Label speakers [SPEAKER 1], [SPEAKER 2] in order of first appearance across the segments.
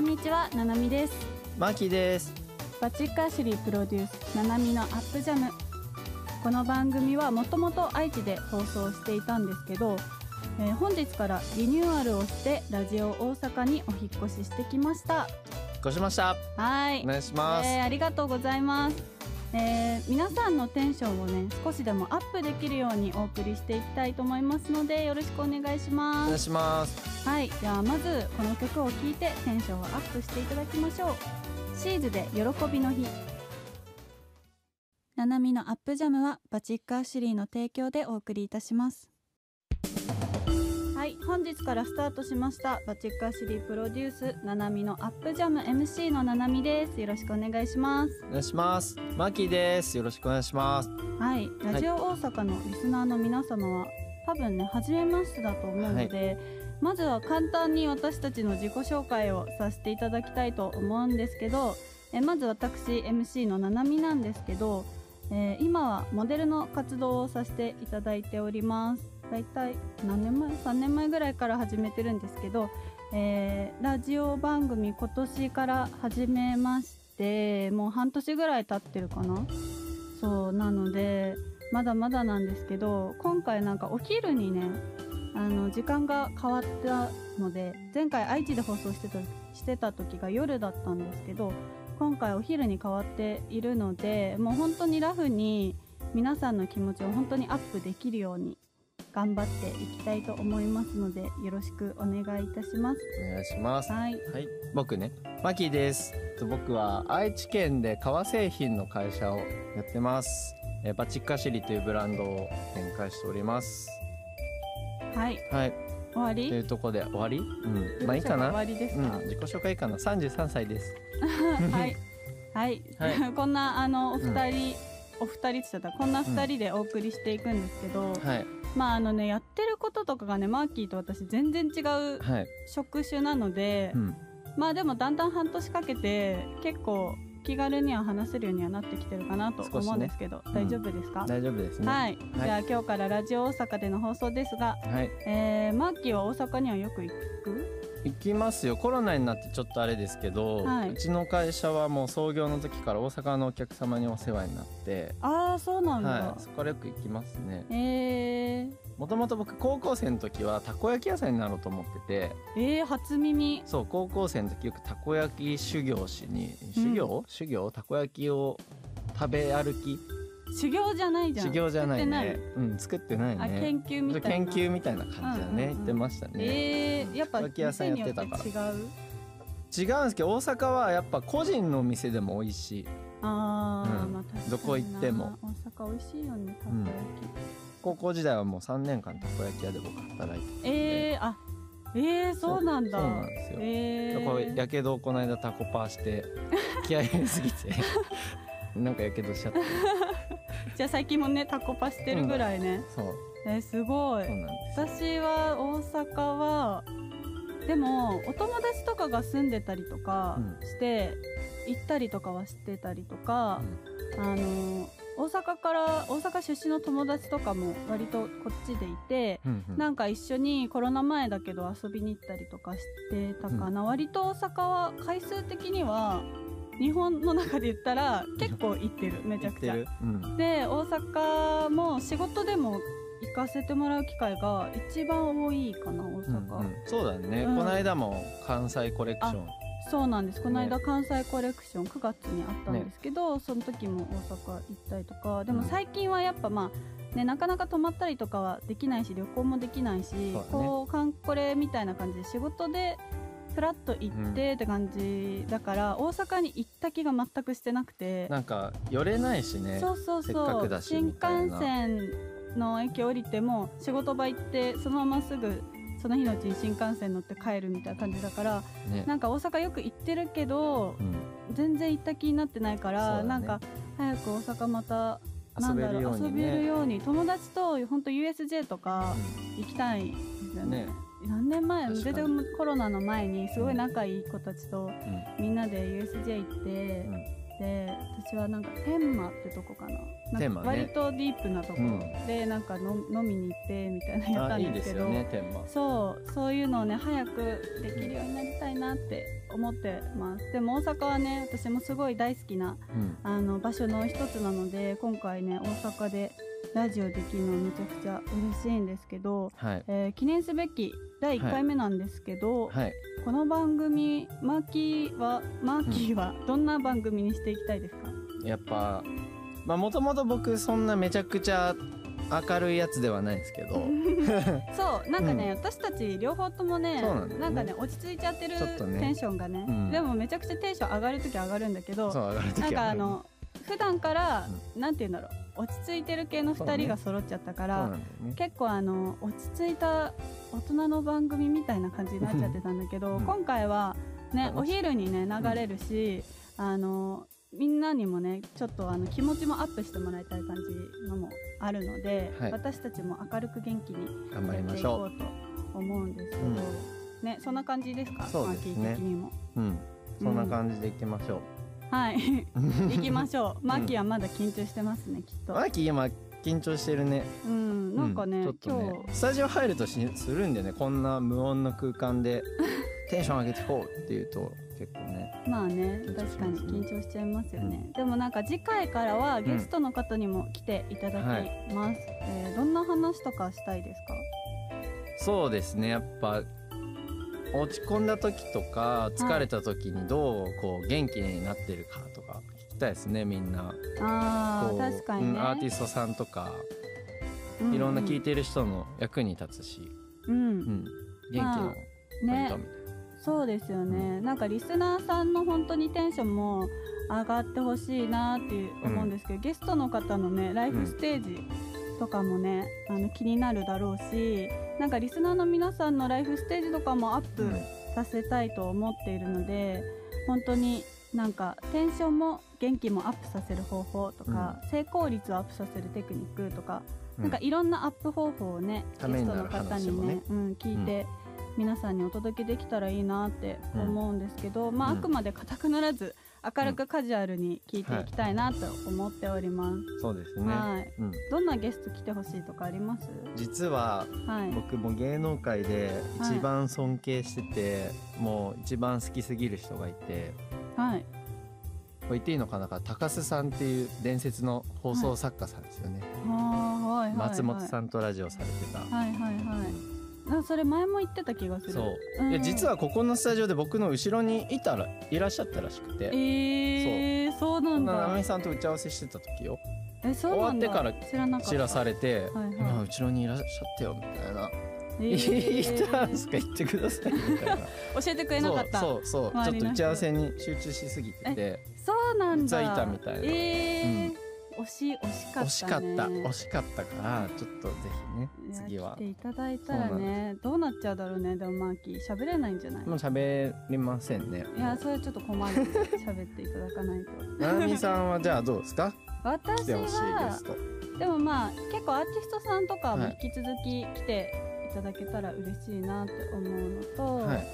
[SPEAKER 1] にちはななみです
[SPEAKER 2] マキです
[SPEAKER 1] バチカシリプロデュースななみのアップジャムこの番組はもともと愛知で放送していたんですけど、えー本日からリニューアルをしてラジオ大阪にお引っ越ししてきました
[SPEAKER 2] ごしました
[SPEAKER 1] はい
[SPEAKER 2] お願いします、
[SPEAKER 1] えーありがとうございます、えー皆さんのテンションをね少しでもアップできるようにお送りしていきたいと思いますのでよろしくお願いし
[SPEAKER 2] お
[SPEAKER 1] ま
[SPEAKER 2] 願い
[SPEAKER 1] す
[SPEAKER 2] します
[SPEAKER 1] はいではまずこの曲を聴いてテンションをアップしていただきましょうシーズで喜びの日ななみのアップジャムはバチッカーシリーの提供でお送りいたしますはい本日からスタートしましたバチッカーシリープロデュースななみのアップジャム MC のななみですよろしくお願いします
[SPEAKER 2] お願いしますマキですよろしくお願いします
[SPEAKER 1] はい、ラジオ大阪のリスナーの皆様は、多分ね初めましてだと思うので、まずは簡単に私たちの自己紹介をさせていただきたいと思うんですけどえまず私 MC のななみなんですけど、えー今はモデルの活動をさせていただいておりますだいたい何年前3年前ぐらいから始めてるんですけど、えーラジオ番組今年から始めましてもう半年ぐらい経ってるかなそうなのでまだまだなんですけど今回なんかお昼にねあの時間が変わったので前回愛知で放送してたしてた時が夜だったんですけど今回お昼に変わっているのでもう本当にラフに皆さんの気持ちを本当にアップできるように頑張っていきたいと思いますのでよろしくお願いいたします。
[SPEAKER 2] お願いしますは
[SPEAKER 1] はい、
[SPEAKER 2] い僕ねマキですと僕は愛知県で革製品の会社をやってますえーバチッカシリというブランドを展開しております
[SPEAKER 1] はい、
[SPEAKER 2] はい
[SPEAKER 1] 終わ
[SPEAKER 2] とい
[SPEAKER 1] り
[SPEAKER 2] うところで終わりうんまあいいか
[SPEAKER 1] 終
[SPEAKER 2] な
[SPEAKER 1] わりです
[SPEAKER 2] う
[SPEAKER 1] か、
[SPEAKER 2] ん自己紹介いいかな33歳です
[SPEAKER 1] はい。はい。
[SPEAKER 2] は
[SPEAKER 1] こんな、あの、お二人、お二人って言っちゃった。こんな二人でお送りしていくんですけど、
[SPEAKER 2] はい
[SPEAKER 1] まあ、あのね、やってることとかがね、マーキーと私全然違う
[SPEAKER 2] はい
[SPEAKER 1] 職種なので、
[SPEAKER 2] うん
[SPEAKER 1] まあでもだんだん半年かけて、結構気軽には話せるようにはなってきてるかなと
[SPEAKER 2] 少し
[SPEAKER 1] 思う
[SPEAKER 2] ね
[SPEAKER 1] んですけど、
[SPEAKER 2] ん
[SPEAKER 1] 大丈夫ですか、
[SPEAKER 2] 大丈夫ですね
[SPEAKER 1] はいい。じゃあ今日からラジオ大阪での放送ですが、
[SPEAKER 2] はい
[SPEAKER 1] えー、マーキーは大阪にはよく行く
[SPEAKER 2] 行きますよコロナになってちょっとあれですけど、
[SPEAKER 1] はいう
[SPEAKER 2] ちの会社はもう創業の時から大阪のお客様にお世話になって、
[SPEAKER 1] ああ、そうなんだ。
[SPEAKER 2] はい、そこからよく行きますね
[SPEAKER 1] えー、
[SPEAKER 2] もともと僕高校生の時はたこ焼き屋さんになろうと思ってて
[SPEAKER 1] えー、初耳。
[SPEAKER 2] そう高校生の時よくたこ焼き修行しに修行、修行たこ焼きを食べ歩き
[SPEAKER 1] 修行じゃないじゃん
[SPEAKER 2] 修行じゃないね
[SPEAKER 1] 作っ
[SPEAKER 2] うん作ってない
[SPEAKER 1] てないあ
[SPEAKER 2] ね
[SPEAKER 1] 研究みたい
[SPEAKER 2] 研
[SPEAKER 1] な
[SPEAKER 2] 究みたいな感じ
[SPEAKER 1] う
[SPEAKER 2] だね、
[SPEAKER 1] んうんうん
[SPEAKER 2] 行ってましたね、
[SPEAKER 1] えー、やっぱ
[SPEAKER 2] たこ焼き屋さ
[SPEAKER 1] 店
[SPEAKER 2] ん
[SPEAKER 1] に
[SPEAKER 2] やっ
[SPEAKER 1] よってて違
[SPEAKER 2] たから
[SPEAKER 1] う
[SPEAKER 2] 違うんですけど大阪はやっぱ個人のお店でも美味しい
[SPEAKER 1] あー、
[SPEAKER 2] うん
[SPEAKER 1] まあ確かにな
[SPEAKER 2] どこ行っても
[SPEAKER 1] 大阪美味しいよねたこ
[SPEAKER 2] うん
[SPEAKER 1] 焼き、
[SPEAKER 2] 高校時代はもう3年間たこ焼き屋で僕働いて
[SPEAKER 1] えー、あえー、そうなんだ
[SPEAKER 2] そうなんですよ、
[SPEAKER 1] え
[SPEAKER 2] これ
[SPEAKER 1] ー、
[SPEAKER 2] やけどをこの間タコパーして 気合い入れすぎてなんかやけどしちゃって
[SPEAKER 1] じゃあ最近もねタコパしてるぐらいね、
[SPEAKER 2] そう
[SPEAKER 1] えー、すごい
[SPEAKER 2] そうなんです
[SPEAKER 1] 私は大阪はでもお友達とかが住んでたりとかして、行ったりとかはしてたりとか、あの大阪から大阪出身の友達とかも割とこっちでいて、
[SPEAKER 2] うんうん
[SPEAKER 1] なんか一緒にコロナ前だけど遊びに行ったりとかしてたかな、割と大阪は回数的には日本の中で言ったら結構行ってるめちゃくちゃ
[SPEAKER 2] 言っ。てるうん
[SPEAKER 1] で大阪も仕事でも行かせてもらう機会が一番多いかな大阪、
[SPEAKER 2] うんうんそうだね、
[SPEAKER 1] うん
[SPEAKER 2] この間も関西コレクション
[SPEAKER 1] そうなんですこの間関西コレクション9月にあったんですけど、その時も大阪行ったりとかでも
[SPEAKER 2] うん
[SPEAKER 1] 最近はやっぱまあねなかなか泊まったりとかはできないし旅行もできないし、
[SPEAKER 2] だね
[SPEAKER 1] こう観コレみたいな感じで仕事でふらっと行ってって感じだから、大阪に行った気が全くしてなくて
[SPEAKER 2] なんか寄れないしね
[SPEAKER 1] そうそう
[SPEAKER 2] せっか
[SPEAKER 1] そ
[SPEAKER 2] くだ
[SPEAKER 1] う
[SPEAKER 2] し
[SPEAKER 1] 新
[SPEAKER 2] みたい
[SPEAKER 1] 幹
[SPEAKER 2] な
[SPEAKER 1] 線の駅降りても仕事場行ってそのまますぐその日のうちに新幹線乗って帰るみたいな感じだから
[SPEAKER 2] ね
[SPEAKER 1] なんか大阪よく行ってるけど
[SPEAKER 2] うん
[SPEAKER 1] 全然行った気になってないから、
[SPEAKER 2] そう
[SPEAKER 1] な
[SPEAKER 2] だね
[SPEAKER 1] んか早く大阪またなん
[SPEAKER 2] 遊べ
[SPEAKER 1] だ
[SPEAKER 2] るよ
[SPEAKER 1] ろ
[SPEAKER 2] う
[SPEAKER 1] う遊
[SPEAKER 2] に
[SPEAKER 1] べる
[SPEAKER 2] ね
[SPEAKER 1] ように友達と本当 USJ とか行きたいですよね
[SPEAKER 2] ね
[SPEAKER 1] 何年前
[SPEAKER 2] 確か
[SPEAKER 1] 全
[SPEAKER 2] に
[SPEAKER 1] 然コロナの前にすごい仲いい子たちと
[SPEAKER 2] うん
[SPEAKER 1] みんなで USJ 行って、
[SPEAKER 2] うん
[SPEAKER 1] って私はなんか天満ってとこかなな
[SPEAKER 2] 天
[SPEAKER 1] んか
[SPEAKER 2] 満ね
[SPEAKER 1] 割とディープなとこ
[SPEAKER 2] うん
[SPEAKER 1] でなんかの、飲みに行ってみたいなのやった
[SPEAKER 2] あいい
[SPEAKER 1] ん
[SPEAKER 2] で
[SPEAKER 1] です
[SPEAKER 2] す
[SPEAKER 1] けど
[SPEAKER 2] よね天満
[SPEAKER 1] そうそういうのをね早くできるようになりたいなって思ってますでも大阪はね私もすごい大好きな
[SPEAKER 2] うん
[SPEAKER 1] あの場所の一つなので今回ね大阪でラジオできるのめちゃくちゃ嬉しいんですけど、
[SPEAKER 2] はい
[SPEAKER 1] えー記念すべき第1回目なんですけど、
[SPEAKER 2] はい
[SPEAKER 1] この番組マーキーはマーキーはどんな番組にしていきたいですか、
[SPEAKER 2] やっぱまあもともと僕そんなめちゃくちゃ明るいやつではないんですけど
[SPEAKER 1] そうなんかね、私たち両方ともね
[SPEAKER 2] そうなんだ
[SPEAKER 1] か
[SPEAKER 2] よね
[SPEAKER 1] ね落ち着いちゃってる
[SPEAKER 2] ちょっとね
[SPEAKER 1] テンションがね
[SPEAKER 2] うん
[SPEAKER 1] でもめちゃくちゃテンション上がる時は上がるんだけど
[SPEAKER 2] そう上がる時
[SPEAKER 1] なんか
[SPEAKER 2] は
[SPEAKER 1] あの普段から、
[SPEAKER 2] う
[SPEAKER 1] なんて言うんだろう落ち着いてる系の
[SPEAKER 2] そうだ
[SPEAKER 1] 2
[SPEAKER 2] ね
[SPEAKER 1] 人が揃っちゃったか
[SPEAKER 2] そう
[SPEAKER 1] ら、
[SPEAKER 2] なんだよね
[SPEAKER 1] 結構あの落ち着いた大人の番組みたいな感じになっちゃってたんだけど、
[SPEAKER 2] うん
[SPEAKER 1] 今回はね
[SPEAKER 2] 楽
[SPEAKER 1] お
[SPEAKER 2] しい
[SPEAKER 1] 昼にね流れるし、あのみんなにもねちょっとあの気持ちもアップしてもらいたい感じのもあるので、
[SPEAKER 2] はい
[SPEAKER 1] 私たちも明るく元気に
[SPEAKER 2] 頑張
[SPEAKER 1] やっ
[SPEAKER 2] りま
[SPEAKER 1] てい
[SPEAKER 2] しょ
[SPEAKER 1] こうと思うんですけど、
[SPEAKER 2] うん
[SPEAKER 1] ねそんな感じですか
[SPEAKER 2] そうですね
[SPEAKER 1] マーキー的にも。
[SPEAKER 2] ううんそんな感じでいきましょ
[SPEAKER 1] はい、
[SPEAKER 2] う
[SPEAKER 1] 行きましょう。マーキーはまだ緊張してますね、きっと
[SPEAKER 2] マ。ーキー今緊張してるね
[SPEAKER 1] うん、なんかね、
[SPEAKER 2] うちょっとね
[SPEAKER 1] 今
[SPEAKER 2] スタジオ入るとしするんでねこんな無音の空間でテンション上げてこうっていうと結構ね
[SPEAKER 1] 日、まあね
[SPEAKER 2] 緊、張し
[SPEAKER 1] 確か
[SPEAKER 2] ますね
[SPEAKER 1] に緊張しちゃいますよね。でもなんか次回からはゲストの方にも来ていただきます。えーどんな話とかしたいですか
[SPEAKER 2] そうですねやっぱ落ち込んだ時とか疲れた時にどうこう元気になってるかとか聞きたいですねみんな
[SPEAKER 1] あ
[SPEAKER 2] こ
[SPEAKER 1] あ、
[SPEAKER 2] う
[SPEAKER 1] 確かに
[SPEAKER 2] うん
[SPEAKER 1] ね。
[SPEAKER 2] アーティストさんとか
[SPEAKER 1] うう
[SPEAKER 2] いろんな聞いてる人の役に立つし、
[SPEAKER 1] うん、
[SPEAKER 2] うん、元気のポイン
[SPEAKER 1] ね
[SPEAKER 2] トみ
[SPEAKER 1] そうですよね、なんかリスナーさんの本当にテンションも上がってほしいなっていう思うんですけど、ゲストの方のねライフステージとかもね、あの気になるだろうしなんかリスナーの皆さんのライフステージとかもアッ
[SPEAKER 2] たいな、
[SPEAKER 1] プさせたいと思っているので、本当になんかテンションも元気もアップさせる方法とか、成功率をアップさせるテクニックとか
[SPEAKER 2] う
[SPEAKER 1] なんかいろんなアップ方法をね、
[SPEAKER 2] た
[SPEAKER 1] ゲ
[SPEAKER 2] め
[SPEAKER 1] ス
[SPEAKER 2] に
[SPEAKER 1] ト
[SPEAKER 2] な
[SPEAKER 1] の
[SPEAKER 2] る
[SPEAKER 1] 方
[SPEAKER 2] 話
[SPEAKER 1] に
[SPEAKER 2] も
[SPEAKER 1] ね
[SPEAKER 2] ね
[SPEAKER 1] うん、聞いて、皆さんにお届けできたらいいなって思うんですけど、まあ、あ
[SPEAKER 2] うん
[SPEAKER 1] くまで固くならず明るくカジュアルに聞いていきたいなと思っております。
[SPEAKER 2] そうですね、
[SPEAKER 1] はい、
[SPEAKER 2] うん、
[SPEAKER 1] どんなゲスト来てほしいとかあります？
[SPEAKER 2] 実は
[SPEAKER 1] はい。
[SPEAKER 2] 僕も芸能界で一番尊敬してて、もう一番好きすぎる人がいて
[SPEAKER 1] はい。
[SPEAKER 2] これ言っていいのかな高須さんっていう伝説の放送作家さんですよね、
[SPEAKER 1] はーいはいはい。
[SPEAKER 2] 松本さ
[SPEAKER 1] ん。
[SPEAKER 2] んとラジオされてた、
[SPEAKER 1] はいはいはい。あそれ前も言ってた気がする。
[SPEAKER 2] そう、
[SPEAKER 1] うん
[SPEAKER 2] いや実はここのスタジオで僕の後ろにいたらいらっしゃったらしくて、
[SPEAKER 1] えー、そうな
[SPEAKER 2] こ
[SPEAKER 1] ん
[SPEAKER 2] んな
[SPEAKER 1] だ
[SPEAKER 2] な。みさんと打ち合わせしてた時よ
[SPEAKER 1] えそうなんだ。
[SPEAKER 2] 終わってから
[SPEAKER 1] 知らなかった。
[SPEAKER 2] 知らさ
[SPEAKER 1] れ。
[SPEAKER 2] れて「
[SPEAKER 1] はいはい
[SPEAKER 2] 今後ろにいらっしゃってよ」みたいな
[SPEAKER 1] え
[SPEAKER 2] 「い
[SPEAKER 1] ー、
[SPEAKER 2] たん すか言ってください」みた いな
[SPEAKER 1] 教えてくれなかった。
[SPEAKER 2] そうそうそうち
[SPEAKER 1] 周
[SPEAKER 2] ょっ
[SPEAKER 1] りの人
[SPEAKER 2] と打ち合わせに集中しすぎてて
[SPEAKER 1] そうなんだ。
[SPEAKER 2] 実はいたみたいな
[SPEAKER 1] ええ惜しい惜しかった、ね。
[SPEAKER 2] 惜しかった惜しかったからちょっとぜひね
[SPEAKER 1] いや
[SPEAKER 2] 次は
[SPEAKER 1] 来ていただいたら
[SPEAKER 2] そうな
[SPEAKER 1] ね、どうなっちゃうだろうね。でもマーキー喋れないんじゃない？
[SPEAKER 2] もう喋りませんね
[SPEAKER 1] いやそれはちょっと困る。喋っていただかないと。
[SPEAKER 2] ななみさんはじゃあどうですか来
[SPEAKER 1] 私
[SPEAKER 2] てほしいゲ
[SPEAKER 1] は
[SPEAKER 2] スト
[SPEAKER 1] でもまあ結構アーティストさんとかも
[SPEAKER 2] はい
[SPEAKER 1] 引き続き来ていただけたら嬉しいなって思うのと、
[SPEAKER 2] はい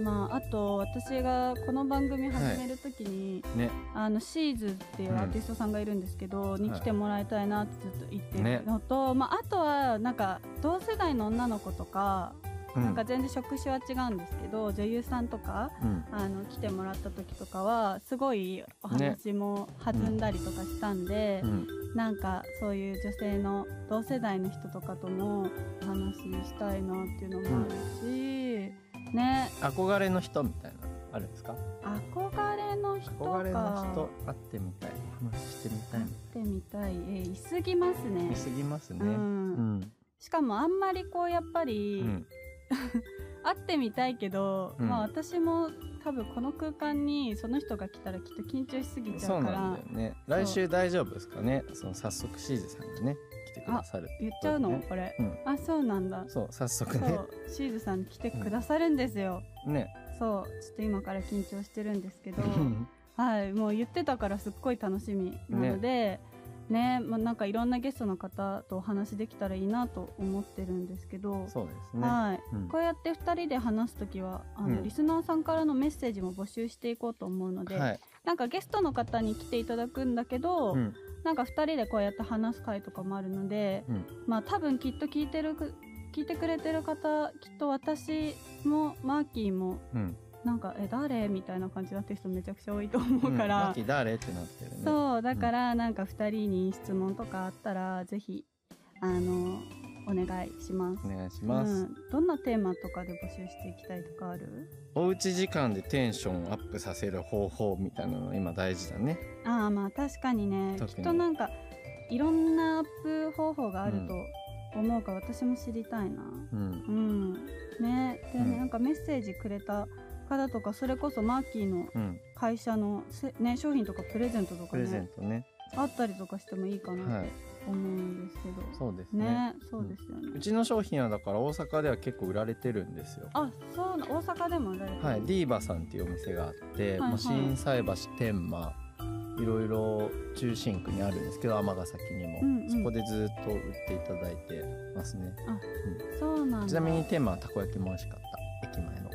[SPEAKER 1] まああと私がこの番組始めるときに。
[SPEAKER 2] ね
[SPEAKER 1] あのシーズっていうアーティストさんがいるんですけど、に来てもらいたいなってずっと言ってるのと、まあ、あとはなんか同世代の女の子とか、
[SPEAKER 2] うん
[SPEAKER 1] なんか全然職種は違うんですけど女優さんとか
[SPEAKER 2] うん
[SPEAKER 1] あの来てもらった時とかはすごいお話も弾んだりとかしたんで、
[SPEAKER 2] うん
[SPEAKER 1] なんかそういう女性の同世代の人とかともお話ししたいなっていうのもあるし、ね
[SPEAKER 2] 憧れの人みたいなのあるんですか
[SPEAKER 1] 憧れの人か
[SPEAKER 2] 憧れの人会ってみたい話してみたい
[SPEAKER 1] 会ってみたい、えーいすぎますね
[SPEAKER 2] 見すぎますね
[SPEAKER 1] う
[SPEAKER 2] うんん
[SPEAKER 1] しかもあんまりこうやっぱり、
[SPEAKER 2] うん
[SPEAKER 1] 会ってみたいけど、
[SPEAKER 2] うん
[SPEAKER 1] まあ私も多分この空間にその人が来たらきっと緊張しすぎちゃ
[SPEAKER 2] そうう
[SPEAKER 1] か
[SPEAKER 2] なん
[SPEAKER 1] ら
[SPEAKER 2] だよね
[SPEAKER 1] そう
[SPEAKER 2] 来週大丈夫ですかねその早速シーズさんがね来てくださる
[SPEAKER 1] 言っちゃうの、
[SPEAKER 2] ね
[SPEAKER 1] これ、
[SPEAKER 2] うん
[SPEAKER 1] あそうなんだ
[SPEAKER 2] そう早速
[SPEAKER 1] そ
[SPEAKER 2] ね
[SPEAKER 1] うシーズさん来てくださるんですよ、
[SPEAKER 2] ね
[SPEAKER 1] そうちょっと今から緊張してるんですけどはいもう言ってたからすっごい楽しみなのでねね、まあ、なんかいろんなゲストの方とお話できたらいいなと思ってるんですけど、
[SPEAKER 2] そうですね。
[SPEAKER 1] はい、
[SPEAKER 2] うん
[SPEAKER 1] こうやって2人で話すときはあの、
[SPEAKER 2] うん
[SPEAKER 1] リスナーさんからのメッセージも募集していこうと思うので、
[SPEAKER 2] はい。
[SPEAKER 1] なんかゲストの方に来ていただくんだけど、
[SPEAKER 2] うん。
[SPEAKER 1] なんか2人でこうやって話す回とかもあるので、
[SPEAKER 2] うん
[SPEAKER 1] まあ多分きっと聞いてるく聞いてくれてる方きっと私もマーキーも
[SPEAKER 2] うん。
[SPEAKER 1] なんか「え誰?」みたいな感じになってる人めちゃくちゃ多いと思うか
[SPEAKER 2] うん
[SPEAKER 1] ら、
[SPEAKER 2] マキ誰ってなってるね。
[SPEAKER 1] そうだからなんか2人に質問とかあったらぜひあのお願いします
[SPEAKER 2] お。願いします。
[SPEAKER 1] うん、どんなテーマとかで募集していきたいとかある
[SPEAKER 2] おうち時間でテンションアップさせる方法みたいなの今大事だね。
[SPEAKER 1] ああまあ確かにね
[SPEAKER 2] 特に
[SPEAKER 1] きっとなんかいろんなアップ方法があると思うから、私も知りたいな
[SPEAKER 2] うん。
[SPEAKER 1] うんねで、
[SPEAKER 2] うん
[SPEAKER 1] なんかメッセージくれた方とかそれこそマーキーの
[SPEAKER 2] うん。
[SPEAKER 1] 会社のせ、ね、商品とかプレゼントとか
[SPEAKER 2] プレゼ
[SPEAKER 1] ね
[SPEAKER 2] ントね。
[SPEAKER 1] あったりとかしてもいいかな
[SPEAKER 2] は
[SPEAKER 1] と
[SPEAKER 2] い。
[SPEAKER 1] 思うんですけど、
[SPEAKER 2] そうですね。
[SPEAKER 1] ねそうですよね、
[SPEAKER 2] うちの商品はだから大阪では結構売られてるんですよ。
[SPEAKER 1] あそうな大阪でも誰か、
[SPEAKER 2] はい、ディーバさんっていうお店があって、
[SPEAKER 1] い
[SPEAKER 2] ま
[SPEAKER 1] は
[SPEAKER 2] あ
[SPEAKER 1] い
[SPEAKER 2] 心斎橋天満いろいろ中心区にあるんですけど尼崎にも、
[SPEAKER 1] うんうん
[SPEAKER 2] そこでずっと売っていただいてますね
[SPEAKER 1] そうなんだ
[SPEAKER 2] ちなみに天満はたこ焼きも美味しかった駅前の、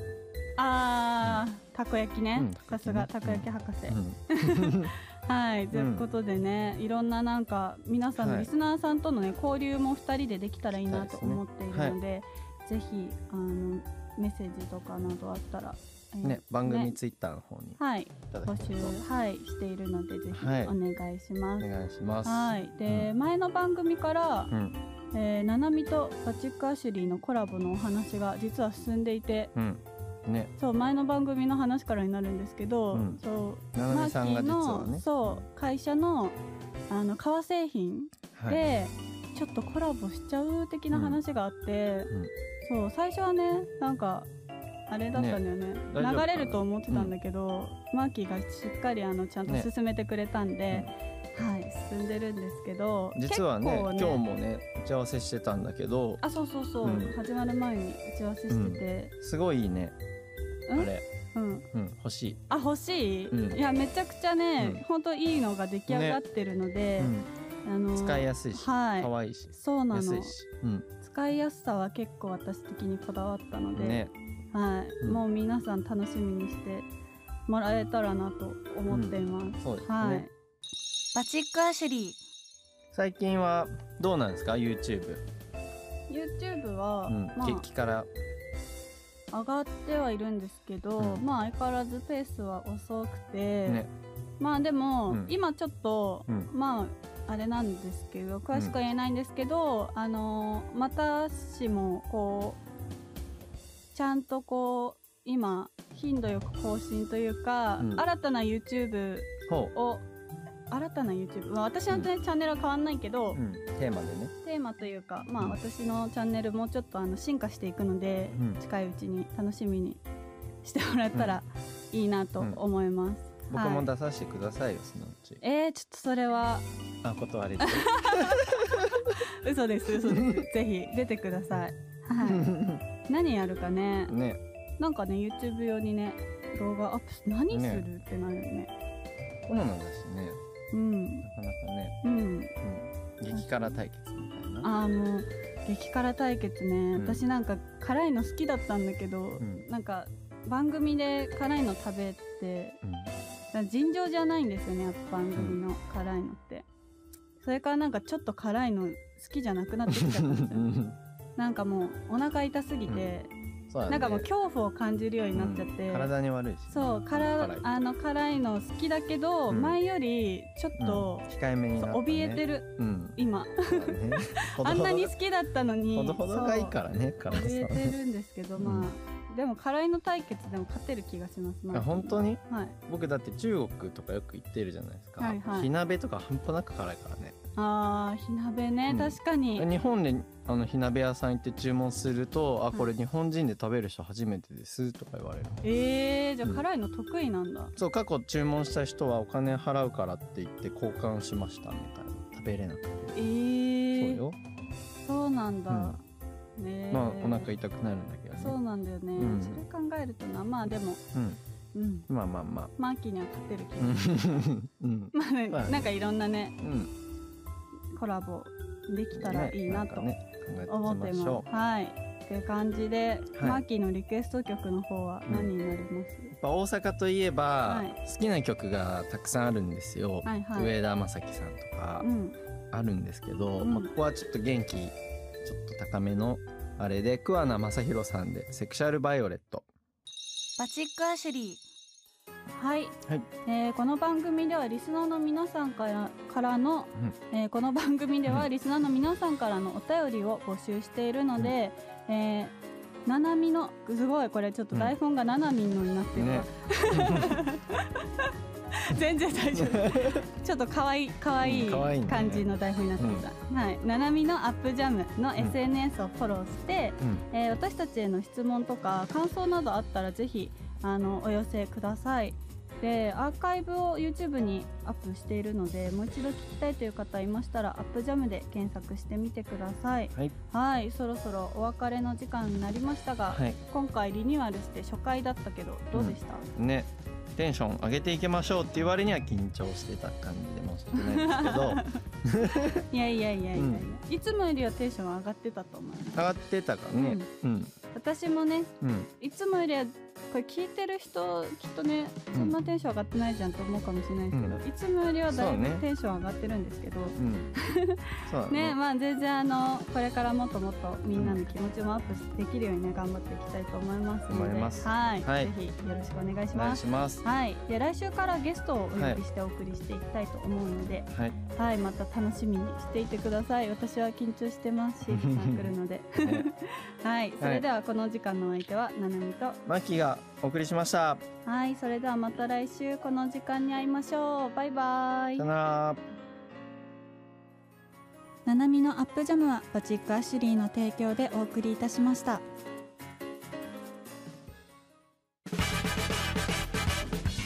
[SPEAKER 1] あー、たこ焼きね
[SPEAKER 2] うん
[SPEAKER 1] さすが
[SPEAKER 2] た
[SPEAKER 1] た
[SPEAKER 2] こ
[SPEAKER 1] こ
[SPEAKER 2] 焼
[SPEAKER 1] 焼
[SPEAKER 2] き
[SPEAKER 1] き博士、
[SPEAKER 2] うん
[SPEAKER 1] はい、という
[SPEAKER 2] ん
[SPEAKER 1] ことでね、いろんななんか皆さん
[SPEAKER 2] は
[SPEAKER 1] の
[SPEAKER 2] い
[SPEAKER 1] リスナーさんとのね、交流も2人でできたらいいなと
[SPEAKER 2] したいですね
[SPEAKER 1] 思っているので、ぜひあのメッセージとかなどあったら、えー
[SPEAKER 2] ね番組
[SPEAKER 1] ね
[SPEAKER 2] ツイッターの方にい
[SPEAKER 1] はい
[SPEAKER 2] ただ
[SPEAKER 1] 募
[SPEAKER 2] け
[SPEAKER 1] 集
[SPEAKER 2] ると、
[SPEAKER 1] はいしているのでぜひお
[SPEAKER 2] はい
[SPEAKER 1] 願いします。
[SPEAKER 2] お
[SPEAKER 1] はい
[SPEAKER 2] 願いします
[SPEAKER 1] で、前の番組から、
[SPEAKER 2] うん
[SPEAKER 1] えー、ナナミとバチック・アシュリーのコラボのお話が実は進んでいて
[SPEAKER 2] うんね
[SPEAKER 1] そう前の番組の話からになるんですけど、
[SPEAKER 2] うん
[SPEAKER 1] そう
[SPEAKER 2] なな
[SPEAKER 1] マ
[SPEAKER 2] みさ
[SPEAKER 1] ーキー
[SPEAKER 2] んが実
[SPEAKER 1] の
[SPEAKER 2] はね
[SPEAKER 1] そう会社のあの革製品
[SPEAKER 2] はい、
[SPEAKER 1] で、ちょっとコラボしちゃう的な話があって、そう最初はねなんかあれだったんだよね
[SPEAKER 2] 大丈夫かな
[SPEAKER 1] 流れると思ってたんだけど、マーキーがしっかりあのちゃんと
[SPEAKER 2] ね
[SPEAKER 1] 進めてくれたんで、はい進んでるんですけど
[SPEAKER 2] 実はね
[SPEAKER 1] 結構
[SPEAKER 2] 今日もね打ち合わせしてたんだけど
[SPEAKER 1] あそうそうそう、
[SPEAKER 2] うん
[SPEAKER 1] 始まる前に打ち合わせしてて、
[SPEAKER 2] すごいいいねあ
[SPEAKER 1] うん
[SPEAKER 2] れ、
[SPEAKER 1] うん、
[SPEAKER 2] うん、欲しい、
[SPEAKER 1] あ欲しい、
[SPEAKER 2] うん
[SPEAKER 1] いやめちゃくちゃね、
[SPEAKER 2] うん
[SPEAKER 1] ほんといいのが出来上がってるので、あ
[SPEAKER 2] う
[SPEAKER 1] の
[SPEAKER 2] ん、使いやすいし
[SPEAKER 1] はい
[SPEAKER 2] 可愛いし
[SPEAKER 1] そうな
[SPEAKER 2] 安
[SPEAKER 1] の
[SPEAKER 2] いし、うん、
[SPEAKER 1] 使いやすさは結構私的にこだわったので、
[SPEAKER 2] ね、
[SPEAKER 1] はい、
[SPEAKER 2] うん
[SPEAKER 1] もう皆さん楽しみにしてもらえたらなと思っています、
[SPEAKER 2] そうですね、
[SPEAKER 1] はい、
[SPEAKER 3] バチックアシュリ
[SPEAKER 2] 最近はどうなんですか YouTube、
[SPEAKER 1] YouTube は、
[SPEAKER 2] うん
[SPEAKER 1] ま
[SPEAKER 2] 激辛
[SPEAKER 1] あ上がってはいるんですけど、
[SPEAKER 2] うん
[SPEAKER 1] まあ相変わらずペースは遅くて、
[SPEAKER 2] ね、
[SPEAKER 1] まあでも、
[SPEAKER 2] うん
[SPEAKER 1] 今ちょっと、
[SPEAKER 2] うん
[SPEAKER 1] まああれなんですけど詳しくは言えないんですけど、あのーまたしもこうちゃんとこう今頻度よく更新というか、
[SPEAKER 2] うん
[SPEAKER 1] 新たな YouTube
[SPEAKER 2] ほ
[SPEAKER 1] を新たな YouTube、まあ、私の、ねチャンネルは変わんないけど、
[SPEAKER 2] う、うん、テーマでね、
[SPEAKER 1] テーマというか、ま
[SPEAKER 2] う
[SPEAKER 1] あ、
[SPEAKER 2] ん
[SPEAKER 1] 私のチャンネルもうちょっとあの進化していくので、
[SPEAKER 2] うん
[SPEAKER 1] 近いうちに楽しみにしてもらえたらいいなと思います。
[SPEAKER 2] 僕
[SPEAKER 1] は
[SPEAKER 2] も
[SPEAKER 1] い
[SPEAKER 2] 出させてくださいよそのうち
[SPEAKER 1] えー、ちょっとそれは
[SPEAKER 2] あ断れて
[SPEAKER 1] 嘘です嘘ですぜひ出てください、はい、何やるかね
[SPEAKER 2] ね
[SPEAKER 1] なんかね YouTube 用にね動画アップし何す
[SPEAKER 2] ね
[SPEAKER 1] る、ってなるよね
[SPEAKER 2] コロナだしね
[SPEAKER 1] うん
[SPEAKER 2] なかなかね、
[SPEAKER 1] うん
[SPEAKER 2] うん、激辛対決みたいな
[SPEAKER 1] あーもう激辛対決ね、
[SPEAKER 2] うん
[SPEAKER 1] 私なんか辛いの好きだったんだけど、
[SPEAKER 2] ん
[SPEAKER 1] なんか番組で辛いの食べて
[SPEAKER 2] うん
[SPEAKER 1] だから尋常じゃないんですよねやっぱ番組の辛いのって、それからなんかちょっと辛いの好きじゃなくなってきち ゃったんですよね、なんかもうお腹痛すぎて、
[SPEAKER 2] そうだね
[SPEAKER 1] なんかもう恐怖を感じるようになっちゃって、
[SPEAKER 2] うん体に悪いしね、
[SPEAKER 1] そう辛
[SPEAKER 2] 辛い
[SPEAKER 1] あの辛いの好きだけど、
[SPEAKER 2] うん
[SPEAKER 1] 前よりちょっ
[SPEAKER 2] うん
[SPEAKER 1] と、
[SPEAKER 2] 控えめにな
[SPEAKER 1] そう
[SPEAKER 2] った、ね、
[SPEAKER 1] 怯えてる
[SPEAKER 2] うん
[SPEAKER 1] 今
[SPEAKER 2] そう だね
[SPEAKER 1] あんなに好きだったのに
[SPEAKER 2] ほどほどがいいからね辛
[SPEAKER 1] そう
[SPEAKER 2] さは
[SPEAKER 1] 怯え
[SPEAKER 2] ね
[SPEAKER 1] てるんですけど、まあでも辛いの対決でも勝てる気がします
[SPEAKER 2] あ本当に
[SPEAKER 1] はい
[SPEAKER 2] 僕だって中国とかよく行ってるじゃないですか、
[SPEAKER 1] はいはい
[SPEAKER 2] 火鍋とか半端なく辛いからね、
[SPEAKER 1] あー火鍋ね、
[SPEAKER 2] うん
[SPEAKER 1] 確かに
[SPEAKER 2] 日本であの火鍋屋さん行って注文すると「あ
[SPEAKER 1] い
[SPEAKER 2] これ日本人で食べる人初めてです」とか言われる、
[SPEAKER 1] えー、じゃあ
[SPEAKER 2] うん
[SPEAKER 1] 辛いの得意なんだ、
[SPEAKER 2] そう過去注文した人はお金払うからって言って交換しましたみたいな食べれなくて、
[SPEAKER 1] えー、
[SPEAKER 2] そうよ、
[SPEAKER 1] そうなんだ、ねえ
[SPEAKER 2] まあお腹痛くなるんだけどね
[SPEAKER 1] そうなんだよね、
[SPEAKER 2] うん
[SPEAKER 1] それ考えるとなまあでも
[SPEAKER 2] うん
[SPEAKER 1] うん
[SPEAKER 2] まあまあまあ
[SPEAKER 1] マーキーには勝てる気が
[SPEAKER 2] うんうん
[SPEAKER 1] まあね
[SPEAKER 2] まあね
[SPEAKER 1] なんかいろんなね
[SPEAKER 2] うん
[SPEAKER 1] コラボできたらいいなと
[SPEAKER 2] ねなんか
[SPEAKER 1] 思って
[SPEAKER 2] ね、考えていきましょ
[SPEAKER 1] ま
[SPEAKER 2] う
[SPEAKER 1] す。はいという感じで、
[SPEAKER 2] はい
[SPEAKER 1] マーキーのリクエスト曲の方は何になります、
[SPEAKER 2] やっぱ大阪といえば、
[SPEAKER 1] はい
[SPEAKER 2] 好きな曲がたくさんあるんですよ、
[SPEAKER 1] はいはい
[SPEAKER 2] 上田正樹さんとか
[SPEAKER 1] うん
[SPEAKER 2] あるんですけど、
[SPEAKER 1] うん
[SPEAKER 2] まあ、ここはちょっと元気ちょっと高めのあれで桑名正宏さんで「セクシャルバイオレット
[SPEAKER 3] バチックアシュリ
[SPEAKER 1] はい、
[SPEAKER 2] はい
[SPEAKER 1] えーこの番組ではリスナーの皆さんからからの、えーこの番組ではリスナーの皆さんからのお便りを募集しているので、えーななみのすごいこれちょっと台本がななみのになって」るわ、
[SPEAKER 2] ね
[SPEAKER 1] 全然大丈夫 ちょっと可愛い可愛
[SPEAKER 2] うん可愛い
[SPEAKER 1] い
[SPEAKER 2] ね
[SPEAKER 1] 感じの台本になってた、はいななみのアップジャムの SNS をフォローして、
[SPEAKER 2] うん
[SPEAKER 1] えー私たちへの質問とか感想などあったらぜひあのお寄せくださいでアーカイブを YouTube にアップしているのでもう一度聞きたいという方いましたら「アップジャムで検索してみてください
[SPEAKER 2] はい、
[SPEAKER 1] はいそろそろお別れの時間になりましたが、
[SPEAKER 2] はい、
[SPEAKER 1] 今回リニューアルして初回だったけどどうでした、
[SPEAKER 2] ねテンション上げていきましょうって言われには緊張してた感じで申し訳ないです けど
[SPEAKER 1] いやいやいやいやいや、
[SPEAKER 2] うん
[SPEAKER 1] いつもよりはテンション上がってたと思います
[SPEAKER 2] 上がってたかねうん
[SPEAKER 1] 私もね
[SPEAKER 2] うん
[SPEAKER 1] いつもよりはこれ聞いてる人きっとねそんなテンション上がってないじゃんと思うかもしれないですけど、
[SPEAKER 2] うん
[SPEAKER 1] いつもよりはだいぶ
[SPEAKER 2] そうね
[SPEAKER 1] テンション上がってるんですけど、
[SPEAKER 2] うん、そうだ
[SPEAKER 1] ね
[SPEAKER 2] ね
[SPEAKER 1] まあ全然あのこれからもっともっとみんなの気持ちもアップできるようにね頑張っていきたいと思いますので
[SPEAKER 2] 思います
[SPEAKER 1] はい、
[SPEAKER 2] はい
[SPEAKER 1] ぜひよろしくお願いし
[SPEAKER 2] お願
[SPEAKER 1] ま
[SPEAKER 2] い
[SPEAKER 1] す。
[SPEAKER 2] します
[SPEAKER 1] はい、で来週からゲストをお呼びしてお送りしていきたいと思うので、
[SPEAKER 2] はい
[SPEAKER 1] はい、また楽しみにしていてください。私は緊張してますし、シ ークさん来るので。
[SPEAKER 2] ね
[SPEAKER 1] はい、それではこの時間のお相手はななみと
[SPEAKER 2] マキがお送りしました
[SPEAKER 1] はい、それではまた来週この時間に会いましょう。バイバイ
[SPEAKER 2] さよ。なら
[SPEAKER 1] ななみのアップジャムはバチックアシュリーの提供でお送りいたしました。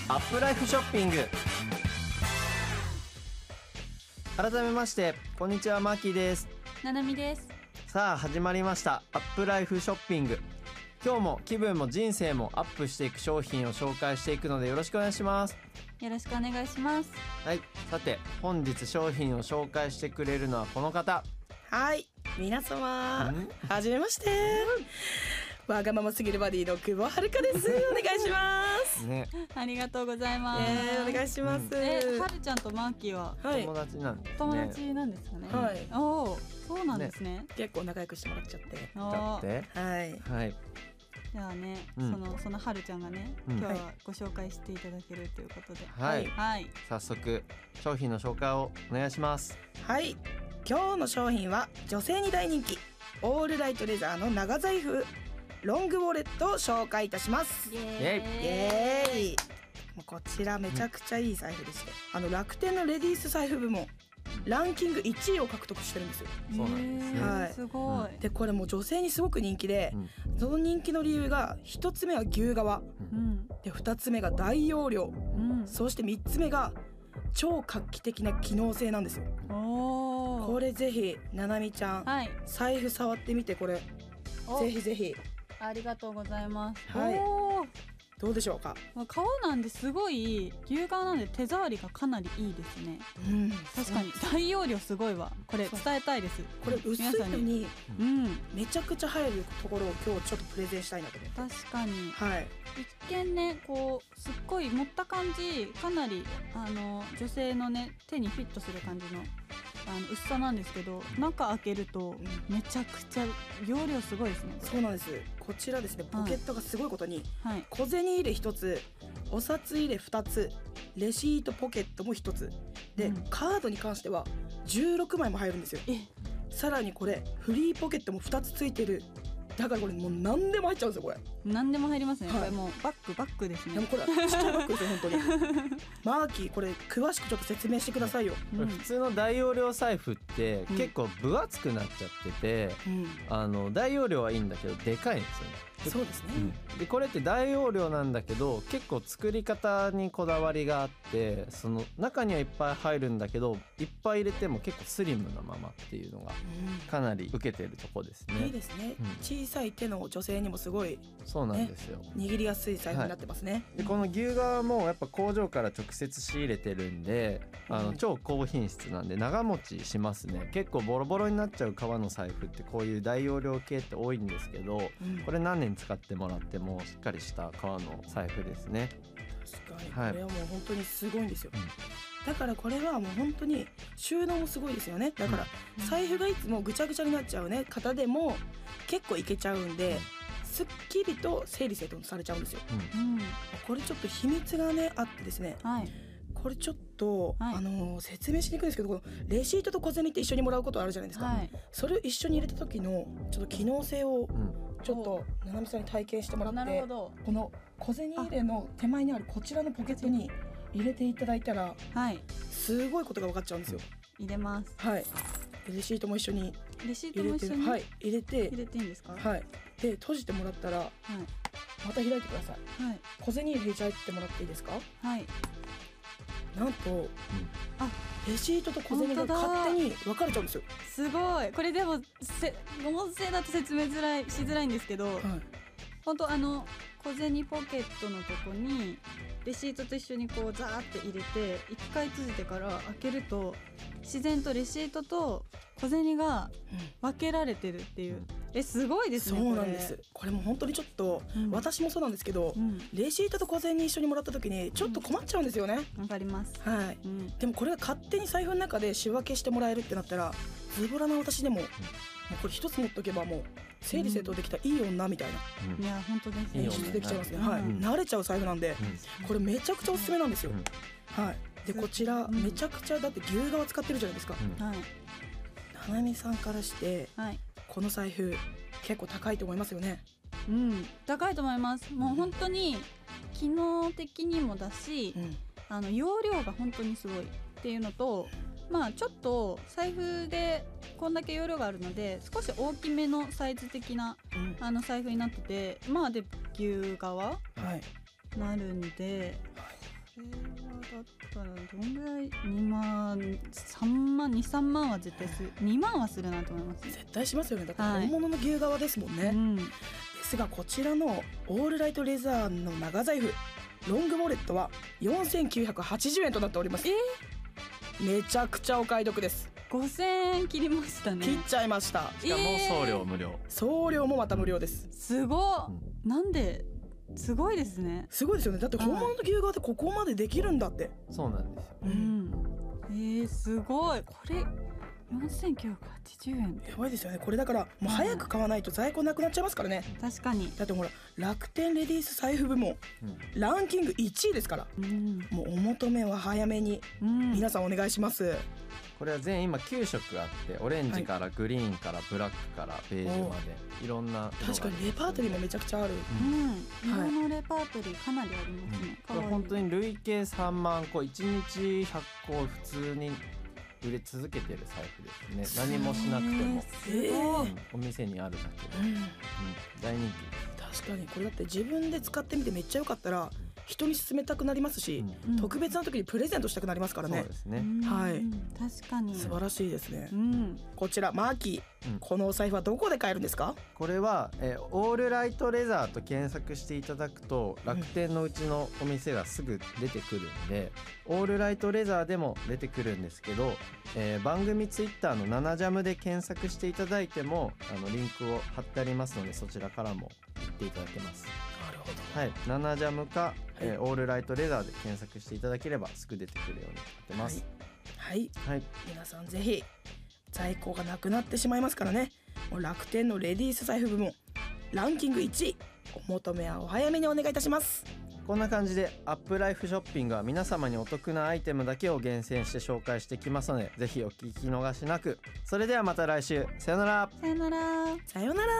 [SPEAKER 2] アップライフショッピング改めましてこんにちはマーキーです
[SPEAKER 3] ななみです
[SPEAKER 2] さあ始まりましたアップライフショッピング今日も気分も人生もアップしていく商品を紹介していくのでよろしくお願いします
[SPEAKER 3] よろしくお願いします
[SPEAKER 2] はいさて本日商品を紹介してくれるのはこの方
[SPEAKER 4] はい皆様はじめましてわがまますぎるバディの久保遥 ですお願いします
[SPEAKER 2] ね
[SPEAKER 1] ありがとうございます。
[SPEAKER 4] えー、お願いします、
[SPEAKER 1] えはるちゃんとマーキーは
[SPEAKER 4] はい
[SPEAKER 2] 友達なんですね
[SPEAKER 1] 友達なんですかね。
[SPEAKER 4] はい
[SPEAKER 1] おお、そうなんですね。
[SPEAKER 4] 結構仲良くしてもらっちゃって
[SPEAKER 2] だ
[SPEAKER 1] あ
[SPEAKER 2] っ
[SPEAKER 1] ー
[SPEAKER 2] て
[SPEAKER 4] はい
[SPEAKER 2] はい
[SPEAKER 1] じゃあね、
[SPEAKER 2] うん
[SPEAKER 1] そのそのはるちゃんがね、
[SPEAKER 2] うん
[SPEAKER 1] 今日はご紹介していただけるということで。
[SPEAKER 2] はい
[SPEAKER 1] はい。
[SPEAKER 2] 早速商品の紹介をお願いします
[SPEAKER 4] はい今日の商品は女性に大人気オールライトレザーの長財布ロングウォレットを紹介いたしますイエーイもうこちらめちゃくちゃいい財布でしてあの楽天のレディース財布部門ランキング1位を獲得してるんですよ
[SPEAKER 2] そうなんですね
[SPEAKER 1] えー
[SPEAKER 4] はい
[SPEAKER 1] すごい。
[SPEAKER 4] でこれもう女性にすごく人気で、
[SPEAKER 2] うん
[SPEAKER 4] その人気の理由が1つ目は牛革
[SPEAKER 1] うん。
[SPEAKER 4] で2つ目が大容量
[SPEAKER 1] うん。
[SPEAKER 4] そして3つ目が超画期的な機能性なんですよ
[SPEAKER 1] おお。
[SPEAKER 4] これぜひななみちゃん
[SPEAKER 1] はい。
[SPEAKER 4] 財布触ってみてこれぜ
[SPEAKER 1] お
[SPEAKER 4] ひぜひ
[SPEAKER 1] ありがとうございます。
[SPEAKER 4] はい
[SPEAKER 1] お
[SPEAKER 4] どうでしょうか
[SPEAKER 1] お、顔なんですごい牛革なんで手触りがかなりいいですね。
[SPEAKER 4] うん
[SPEAKER 1] 確かに大容量すごいわ。これ
[SPEAKER 4] そう
[SPEAKER 1] 伝えたいです。
[SPEAKER 4] これ薄い
[SPEAKER 1] 皆さん
[SPEAKER 4] のに
[SPEAKER 1] うん、
[SPEAKER 4] めちゃくちゃ入るところを今日ちょっとプレゼンしたいなと思って
[SPEAKER 1] 確かに。
[SPEAKER 4] はい
[SPEAKER 1] 一見ね、こうすっごい持った感じ、かなりあの女性のね手にフィットする感じのあの薄さなんですけど、中開けるとめちゃくちゃ容量すごいですね。
[SPEAKER 4] そうなんですこちらですねポケットがすごいことに
[SPEAKER 1] はい。
[SPEAKER 4] 小銭入れ1つお札入れ2つレシートポケットも1つで、
[SPEAKER 1] うん
[SPEAKER 4] カードに関しては16枚も入るんですよ
[SPEAKER 1] え、
[SPEAKER 4] さらにこれフリーポケットも2つついてるだからこれもう何でも入っちゃうんですよこれ
[SPEAKER 1] 何でも入りますね。
[SPEAKER 4] はい
[SPEAKER 1] これもうバックバックです
[SPEAKER 4] でも
[SPEAKER 1] ね。
[SPEAKER 4] これちっちゃいバッグですよ本当に マーキーこれ詳しくちょっと説明してくださいよ、
[SPEAKER 1] うん
[SPEAKER 2] 普通の大容量財布って
[SPEAKER 1] うん
[SPEAKER 2] 結構分厚くなっちゃってて、
[SPEAKER 4] うん、
[SPEAKER 2] あの大容量はいいんだけどでかいんですよね
[SPEAKER 4] そうですね、
[SPEAKER 2] でこれって大容量なんだけど結構作り方にこだわりがあってその中にはいっぱい入るんだけどいっぱい入れても結構スリムなままっていうのがかなり受けてるとこです
[SPEAKER 4] うんいい
[SPEAKER 2] ね。
[SPEAKER 4] ですね、
[SPEAKER 2] うん
[SPEAKER 4] 小さい手の女性にもすごい
[SPEAKER 2] そうなんですよ。
[SPEAKER 4] 握りやすい財布になってますね。
[SPEAKER 2] でこの牛革もやっぱ工場から直接仕入れてるんであ
[SPEAKER 4] う
[SPEAKER 2] の
[SPEAKER 4] ん
[SPEAKER 2] 超高品質なんで長持ちしますね結構ボロボロになっちゃう革の財布ってこういう大容量系って多いんですけど
[SPEAKER 4] うん
[SPEAKER 2] これ何年使ってもらってもしっかりした革の財布ですね
[SPEAKER 4] 確かに、
[SPEAKER 2] はい
[SPEAKER 4] これはもう本当にすごいんですよ、
[SPEAKER 2] うん
[SPEAKER 4] だからこれはもう本当に収納もすごいですよねだから
[SPEAKER 1] うん
[SPEAKER 4] 財布がいつもぐちゃぐちゃになっちゃうね方でも結構いけちゃうんで、すっきりと整理整頓されちゃうんですよ
[SPEAKER 1] うん
[SPEAKER 4] これちょっと秘密がねあってですね
[SPEAKER 1] はい
[SPEAKER 4] これちょっと、
[SPEAKER 1] はい
[SPEAKER 4] あのー説明しにくいんですけどこのレシートと小銭って一緒にもらうことあるじゃないですか、
[SPEAKER 1] はい
[SPEAKER 4] それを一緒に入れた時のちょっと機能性を
[SPEAKER 2] うん
[SPEAKER 4] ちょっとななみさんに体験してもら
[SPEAKER 1] な
[SPEAKER 4] っ
[SPEAKER 1] る
[SPEAKER 4] て
[SPEAKER 1] ほど
[SPEAKER 4] この小銭入れの手前にあるこちらのポケットに入れていただいたら
[SPEAKER 1] はい
[SPEAKER 4] すごいことが分かっちゃうんですよ
[SPEAKER 1] 入れます
[SPEAKER 4] はいレシートも一緒に
[SPEAKER 1] レシート
[SPEAKER 4] 入
[SPEAKER 1] も
[SPEAKER 4] れ
[SPEAKER 1] 一
[SPEAKER 4] て
[SPEAKER 1] 緒に
[SPEAKER 4] は
[SPEAKER 1] 入
[SPEAKER 4] い入れて
[SPEAKER 1] れていいんですかはい
[SPEAKER 4] はいで閉じてもらったらまた開いてください
[SPEAKER 1] はい
[SPEAKER 4] 小銭入れちゃってもらっていいですか
[SPEAKER 1] はい
[SPEAKER 4] なんと
[SPEAKER 1] あ
[SPEAKER 4] レシートと小銭が
[SPEAKER 1] 本当だ
[SPEAKER 4] 勝手に分かれちゃうんですよ
[SPEAKER 1] すごいこれでもせ音声だと説明づらいしづらいんですけど
[SPEAKER 4] はい
[SPEAKER 1] 本当あの小銭ポケットのとこにレシートと一緒にこうザーって入れて一回閉じてから開けると自然とレシートと小銭が分けられてるっていうえすごいです
[SPEAKER 4] そ
[SPEAKER 1] ね
[SPEAKER 4] うな
[SPEAKER 1] こ
[SPEAKER 4] ん
[SPEAKER 1] れ
[SPEAKER 4] ですこれも本当にちょっと
[SPEAKER 1] うん
[SPEAKER 4] 私もそうなんですけど
[SPEAKER 1] うん
[SPEAKER 4] レシートと小銭一緒にもらった時にちょっと困っちゃうんですよね
[SPEAKER 1] わかります
[SPEAKER 4] はい
[SPEAKER 1] うん
[SPEAKER 4] でもこれが勝手に財布の中で仕分けしてもらえるってなったらズボラな私でももうこれ一つ持っとけばもう整理整頓できたいい女みたいな
[SPEAKER 1] いうや本当です
[SPEAKER 2] いい
[SPEAKER 1] ね
[SPEAKER 4] 演
[SPEAKER 2] よね
[SPEAKER 4] 出できちゃいますね
[SPEAKER 1] うん
[SPEAKER 4] はい
[SPEAKER 2] うん
[SPEAKER 4] 慣れちゃう財布なんでこれめちゃくちゃおすすめなんですよ
[SPEAKER 2] うん
[SPEAKER 4] はいでこちら
[SPEAKER 1] うん
[SPEAKER 4] めちゃくちゃだって牛革使ってるじゃないですか
[SPEAKER 2] んうん
[SPEAKER 1] はい
[SPEAKER 4] ななみさんからして
[SPEAKER 1] はい
[SPEAKER 4] この財布結構高いと思いますよね
[SPEAKER 1] うん高いと思いますもう本当に機能的にもだし
[SPEAKER 4] うん
[SPEAKER 1] あの容量が本当にすごいっていうのとまあちょっと財布でこんだけ容量があるので少し大きめのサイズ的な
[SPEAKER 4] うん
[SPEAKER 1] あの財布になっててまあで牛革
[SPEAKER 4] はい
[SPEAKER 1] なるんでこれはだったらどんぐらい2万3万23万は絶対する2万はするなと思いますね
[SPEAKER 4] 絶対しますよねだから
[SPEAKER 1] はい
[SPEAKER 4] 本物の牛革ですもんね、
[SPEAKER 1] うん
[SPEAKER 4] ですがこちらのオールライトレザーの長財布ロングウォレットは4980円となっております
[SPEAKER 1] え
[SPEAKER 4] めちゃくちゃお買い得です
[SPEAKER 1] 5000円切りましたね
[SPEAKER 4] 切っちゃいました
[SPEAKER 2] しかも送料
[SPEAKER 1] え
[SPEAKER 2] 無料、
[SPEAKER 4] 送料もまた無料です
[SPEAKER 1] ーすごっ
[SPEAKER 2] うん
[SPEAKER 1] なんですごいですね
[SPEAKER 4] すごいですよねだって本物の牛革でここまでできるんだって、
[SPEAKER 2] そうなんですよ
[SPEAKER 1] うん、えー、すごいこれ4980円
[SPEAKER 4] やばいですよねこれだからもう早く買わないと在庫なくなっちゃいますからね
[SPEAKER 1] 確かに、
[SPEAKER 4] だってほら楽天レディース財布部門
[SPEAKER 2] うん
[SPEAKER 4] ランキング1位ですから
[SPEAKER 1] うん
[SPEAKER 4] もうお求めは早めに
[SPEAKER 1] うん、
[SPEAKER 4] 皆さんお願いします、
[SPEAKER 2] これは全今9色あってオレンジからグリーンからブラックからベージュまでいろんな
[SPEAKER 4] 確かにレパートリーもめちゃくちゃある
[SPEAKER 1] うん、
[SPEAKER 4] はい
[SPEAKER 1] 色のレパートリーかなりありますね、
[SPEAKER 2] こ
[SPEAKER 1] か
[SPEAKER 2] れ
[SPEAKER 1] わいい
[SPEAKER 2] 本当に累計3万個一日100個普通に売れ続けてる財布ですね何もしなくても、
[SPEAKER 1] えーすごい、
[SPEAKER 2] うんお店にあるだけで、
[SPEAKER 4] うん
[SPEAKER 2] うん大人
[SPEAKER 4] 確かにこれだって自分で使ってみてめっちゃ良かったら人に勧めたくなります
[SPEAKER 2] 気、
[SPEAKER 4] し
[SPEAKER 2] うん、
[SPEAKER 1] うん
[SPEAKER 4] 特別な時にプレゼントしたくなりますから
[SPEAKER 2] そう
[SPEAKER 4] ね
[SPEAKER 2] です
[SPEAKER 1] う
[SPEAKER 2] ね、
[SPEAKER 1] ん
[SPEAKER 4] はい
[SPEAKER 1] 確かに
[SPEAKER 4] 素晴らしいですね
[SPEAKER 1] うん
[SPEAKER 4] こちらマーキ
[SPEAKER 2] う
[SPEAKER 4] ー
[SPEAKER 2] ん
[SPEAKER 4] このお財布はどこで買えるんですか
[SPEAKER 2] これは、えーオールライトレザーと検索していただくと楽天のうちのお店がすぐ出てくるんで、オールライトレザーでも出てくるんですけど、えー番組ツイッターの「ナナジャム」で検索していただいてもあのリンクを貼ってありますのでそちらからも行っていただけます。
[SPEAKER 4] なるほど
[SPEAKER 2] はい、ナナジャムか、えーオールライトレザーで検索していただければすぐ出てくるようになってます。
[SPEAKER 4] はい
[SPEAKER 2] はい、
[SPEAKER 4] 皆さんぜひ在庫がなくなってしまいますからねもう楽天のレディース財布部門ランキング1位お求めはお早めにお願いいたします
[SPEAKER 2] こんな感じでアップライフショッピングは皆様にお得なアイテムだけを厳選して紹介してきますのでぜひお聞き逃しなくそれではまた来週さよなら
[SPEAKER 1] さよなら
[SPEAKER 4] さようなら